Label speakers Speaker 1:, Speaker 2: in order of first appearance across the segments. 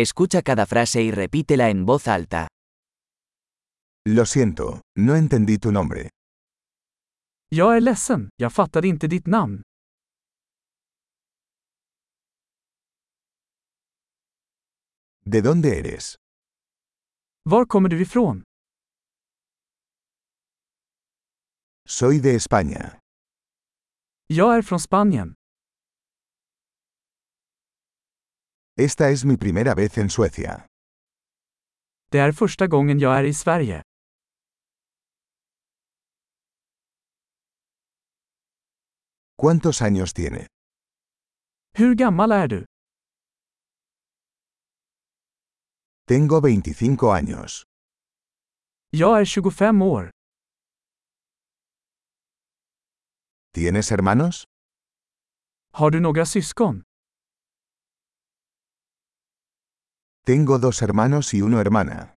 Speaker 1: Escucha cada frase y repítela en voz alta.
Speaker 2: Lo siento, no entendí tu nombre.
Speaker 3: Jag är ledsen, jag fattade inte ditt namn.
Speaker 2: ¿De dónde eres?
Speaker 3: Var kommer du ifrån?
Speaker 2: Soy de España.
Speaker 3: Jag är från Spanien.
Speaker 2: Esta es mi primera vez en Suecia.
Speaker 3: Det är första gången jag är i Sverige.
Speaker 2: ¿Cuántos años tiene?
Speaker 3: Hur gammal är du?
Speaker 2: Tengo 25 años.
Speaker 3: Jag är 25 år.
Speaker 2: ¿Tienes hermanos?
Speaker 3: Har du några syskon?
Speaker 2: Tengo dos hermanos y una hermana.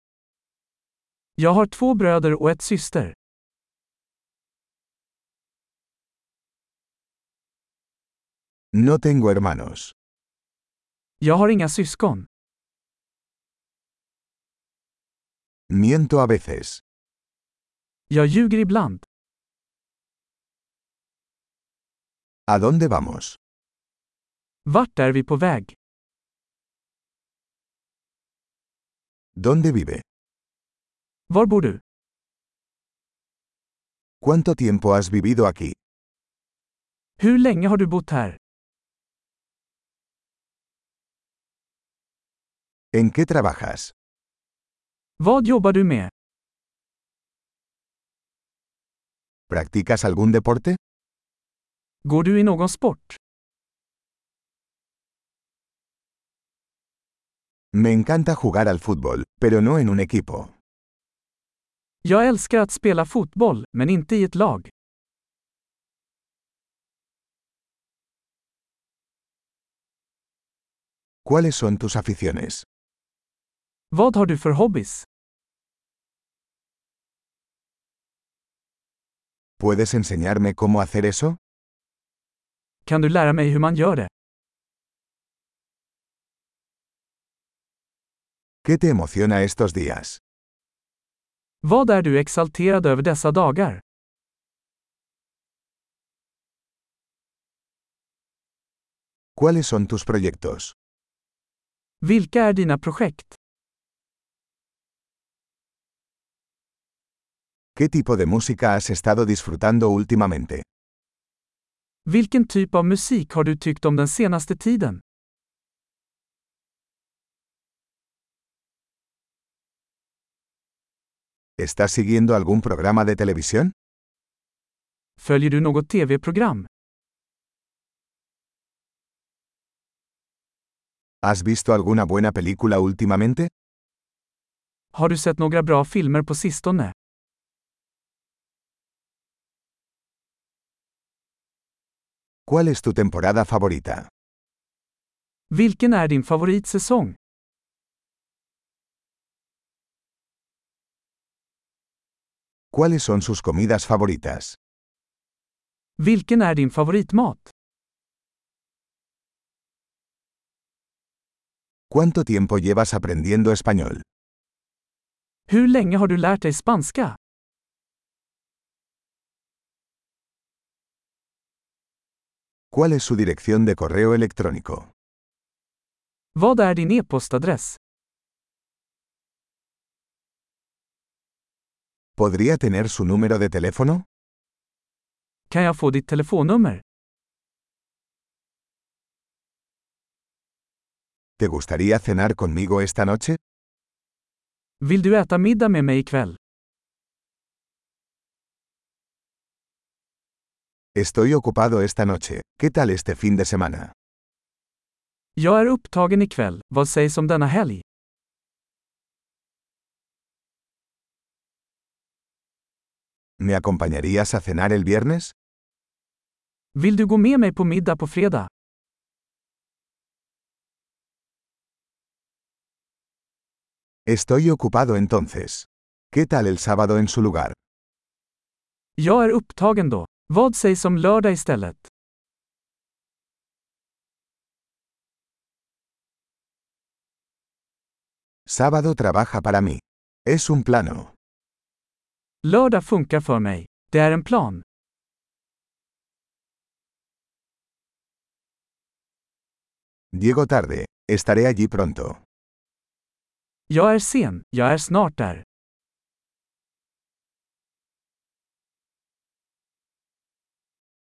Speaker 3: Jag har två bröder och ett syster.
Speaker 2: No tengo hermanos.
Speaker 3: Jag har inga syskon.
Speaker 2: Miento a veces.
Speaker 3: Jag ljuger ibland.
Speaker 2: ¿A dónde vamos?
Speaker 3: Vart är vi på väg?
Speaker 2: ¿Dónde vive?
Speaker 3: Var bor du?
Speaker 2: ¿Cuánto tiempo has vivido aquí?
Speaker 3: Hur länge har du bott här?
Speaker 2: ¿En qué trabajas?
Speaker 3: Vad jobbar du med?
Speaker 2: ¿Practicas algún deporte?
Speaker 3: Går du i någon sport?
Speaker 2: Me encanta jugar al fútbol, pero no en un equipo.
Speaker 3: Jag älskar att spela fotboll, men inte i ett lag.
Speaker 2: ¿Cuáles son tus aficiones?
Speaker 3: Vad har du för hobbys?
Speaker 2: ¿Puedes enseñarme cómo hacer eso?
Speaker 3: Kan du lära mig hur man gör det?
Speaker 2: ¿Qué te emociona estos días?
Speaker 3: Vad är du exalterad över dessa dagar?
Speaker 2: ¿Cuáles son tus proyectos?
Speaker 3: Vilka är dina projekt?
Speaker 2: ¿Qué tipo de música has estado disfrutando últimamente?
Speaker 3: Vilken typ av musik har du tyckt om den senaste tiden?
Speaker 2: ¿Estás siguiendo algún programa de televisión?
Speaker 3: Följer du något tv-program?
Speaker 2: ¿Has visto alguna buena película últimamente?
Speaker 3: Har du sett några bra filmer på sistone?
Speaker 2: ¿Cuál es tu temporada favorita?
Speaker 3: Vilken är din favoritsäsong?
Speaker 2: ¿Cuáles son sus comidas favoritas?
Speaker 3: Vilken är din favoritmat?
Speaker 2: ¿Cuánto tiempo llevas aprendiendo español?
Speaker 3: Hur länge har du lärt dig spanska?
Speaker 2: ¿Cuál es su dirección de correo electrónico?
Speaker 3: Vad är din e-postadress?
Speaker 2: ¿Podría tener su número de teléfono?
Speaker 3: Kan jag få ditt telefonnummer?
Speaker 2: ¿Te gustaría cenar conmigo esta noche?
Speaker 3: Vill du äta middag med mig ikväll?
Speaker 2: Estoy ocupado esta noche. ¿Qué tal este fin de semana?
Speaker 3: Jag är upptagen ikväll, vad sägs om denna helg?
Speaker 2: ¿Me acompañarías a cenar el viernes?
Speaker 3: Vill du gå med mig på middag på fredag?
Speaker 2: Estoy ocupado entonces. ¿Qué tal el sábado en su lugar?
Speaker 3: Jag är upptagen då. Vad sägs om lördag istället?
Speaker 2: Sábado trabaja para mí. Es un plano.
Speaker 3: Lördag funkar för mig. Det är en plan.
Speaker 2: Llego tarde. Estaré allí pronto.
Speaker 3: Jag är sen, jag är snart där.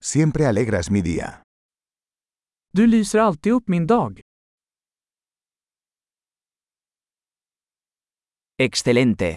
Speaker 2: Siempre alegras mi día.
Speaker 3: Du lyser alltid upp min dag.
Speaker 1: Excelente.